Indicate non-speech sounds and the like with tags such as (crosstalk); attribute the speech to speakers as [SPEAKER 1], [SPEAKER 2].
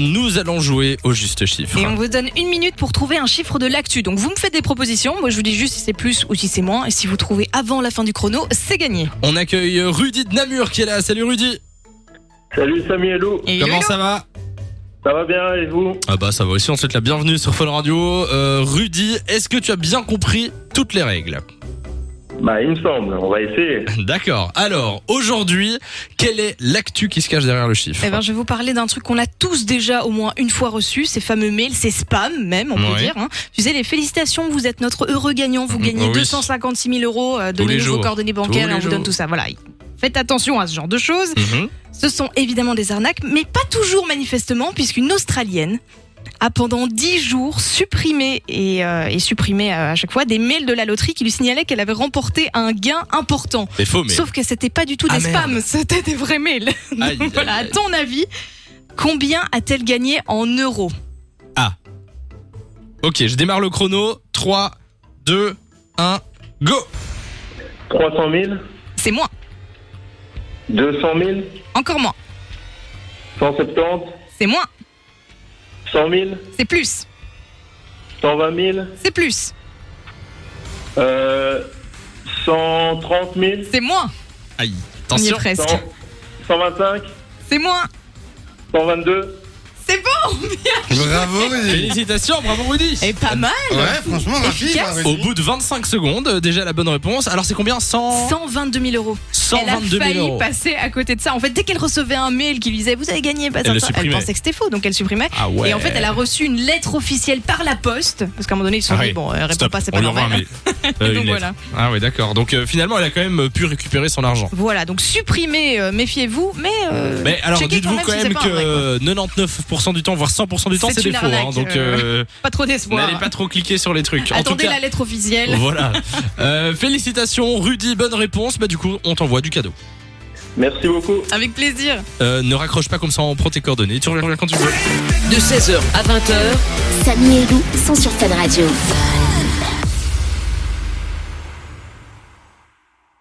[SPEAKER 1] Nous allons jouer au juste chiffre.
[SPEAKER 2] Et on vous donne une minute pour trouver un chiffre de l'actu. Donc vous me faites des propositions, moi je vous dis juste si c'est plus ou si c'est moins. Et si vous trouvez avant la fin du chrono, c'est gagné.
[SPEAKER 1] On accueille Rudy de Namur qui est là. Salut Rudy.
[SPEAKER 3] Salut Samy et Lou,
[SPEAKER 2] Et
[SPEAKER 1] Comment
[SPEAKER 2] hello.
[SPEAKER 1] ça va
[SPEAKER 3] ça va bien et vous
[SPEAKER 1] Ah bah ça va aussi, on te souhaite la bienvenue sur Fun Radio. Euh, Rudy, est-ce que tu as bien compris toutes les règles
[SPEAKER 3] Bah il me semble, on va essayer.
[SPEAKER 1] D'accord. Alors, aujourd'hui, quelle est l'actu qui se cache derrière le chiffre
[SPEAKER 2] Eh ben, je vais vous parler d'un truc qu'on a tous déjà au moins une fois reçu, ces fameux mails, ces spams même, on peut
[SPEAKER 1] Ouais.
[SPEAKER 2] dire. hein. Tu sais, les félicitations, vous êtes notre heureux gagnant, vous
[SPEAKER 1] Mm,
[SPEAKER 2] gagnez
[SPEAKER 1] oui.
[SPEAKER 2] 256 000 euros, euh, donnez-nous vos
[SPEAKER 1] jours.
[SPEAKER 2] coordonnées
[SPEAKER 1] Tous
[SPEAKER 2] bancaires, et
[SPEAKER 1] les
[SPEAKER 2] on vous donne
[SPEAKER 1] jours.
[SPEAKER 2] tout ça. Voilà. Faites attention à ce genre de choses.
[SPEAKER 1] Mhm.
[SPEAKER 2] Ce sont évidemment des arnaques, mais pas toujours manifestement, puisqu'une Australienne a pendant 10 jours supprimé et, euh, et supprimé euh, à chaque fois des mails de la loterie qui lui signalaient qu'elle avait remporté un gain important.
[SPEAKER 1] C'est faux, Oh, mais...
[SPEAKER 2] Sauf que c'était pas du tout
[SPEAKER 1] Ah,
[SPEAKER 2] des
[SPEAKER 1] merde.
[SPEAKER 2] spams, c'était des vrais mails. Donc
[SPEAKER 1] Aïe, aïe,
[SPEAKER 2] voilà, à
[SPEAKER 1] aïe.
[SPEAKER 2] ton avis, combien a-t-elle gagné en euros
[SPEAKER 1] Ok, je démarre le chrono. 3, 2, 1, go
[SPEAKER 3] 300 000
[SPEAKER 2] C'est moins,
[SPEAKER 3] 200 000
[SPEAKER 2] encore moins,
[SPEAKER 3] 170
[SPEAKER 2] c'est moins,
[SPEAKER 3] 100 000
[SPEAKER 2] c'est plus,
[SPEAKER 3] 120 000
[SPEAKER 2] c'est plus,
[SPEAKER 3] euh, 130 000
[SPEAKER 2] c'est moins,
[SPEAKER 1] Aïe,
[SPEAKER 2] on y est
[SPEAKER 1] attention.
[SPEAKER 2] presque,
[SPEAKER 3] 100, 125
[SPEAKER 2] c'est moins,
[SPEAKER 3] 122
[SPEAKER 2] c'est bon
[SPEAKER 4] Bravo, Rudy.
[SPEAKER 1] Félicitations, bravo Rudy
[SPEAKER 2] Et pas mal
[SPEAKER 4] Ouais, franchement, rapide.
[SPEAKER 2] Efficace.
[SPEAKER 4] hein,
[SPEAKER 1] Au
[SPEAKER 4] Rudy.
[SPEAKER 1] bout de 25 secondes, euh, déjà la bonne réponse. Alors c'est combien 100...
[SPEAKER 2] 122 000 euros. Elle a
[SPEAKER 1] 122
[SPEAKER 2] failli
[SPEAKER 1] 000 euros.
[SPEAKER 2] passer à côté de ça. En fait, dès qu'elle recevait un mail qui lui disait vous avez gagné, bah,
[SPEAKER 1] Elle le
[SPEAKER 2] ça, elle
[SPEAKER 1] supprimait.
[SPEAKER 2] pensait que c'était faux, donc elle supprimait.
[SPEAKER 1] Ah ouais.
[SPEAKER 2] Et en fait, elle a reçu une lettre officielle par la poste, parce qu'à un moment donné, ils se sont
[SPEAKER 1] Ah
[SPEAKER 2] dit
[SPEAKER 1] oui.
[SPEAKER 2] bon, elle répond
[SPEAKER 1] Stop,
[SPEAKER 2] pas, c'est
[SPEAKER 1] on
[SPEAKER 2] pas
[SPEAKER 1] lui envoie
[SPEAKER 2] normal. (laughs)
[SPEAKER 1] un mail. Euh, une
[SPEAKER 2] Donc
[SPEAKER 1] lettre.
[SPEAKER 2] voilà.
[SPEAKER 1] Ah ouais, d'accord. Donc euh, finalement, elle a quand même euh, pu récupérer son argent.
[SPEAKER 2] Voilà, donc supprimer, euh, méfiez-vous, mais. euh,
[SPEAKER 1] Mais alors,
[SPEAKER 2] checkez
[SPEAKER 1] dites-vous quand
[SPEAKER 2] si
[SPEAKER 1] même
[SPEAKER 2] c'est pas un vrai, quoi.
[SPEAKER 1] que euh, 99% du temps, voire 100% du temps,
[SPEAKER 2] C'est
[SPEAKER 1] c'est des
[SPEAKER 2] une
[SPEAKER 1] faux. hein.
[SPEAKER 2] arnaque,
[SPEAKER 1] donc,
[SPEAKER 2] (laughs)
[SPEAKER 1] euh,
[SPEAKER 2] Pas trop d'espoir.
[SPEAKER 1] n'allez pas trop cliquer sur les trucs. En
[SPEAKER 2] Attendez
[SPEAKER 1] tout cas,
[SPEAKER 2] la lettre officielle. (laughs)
[SPEAKER 1] voilà. Euh, félicitations, Rudy, bonne réponse. Bah, du coup, on t'envoie du cadeau.
[SPEAKER 3] Merci beaucoup.
[SPEAKER 2] Avec plaisir.
[SPEAKER 1] Euh, ne raccroche pas comme ça, on prend tes coordonnées. Tu reviens quand tu veux.
[SPEAKER 5] de 16h à 20h.
[SPEAKER 6] Samy et Lou sont sur Fan Radio.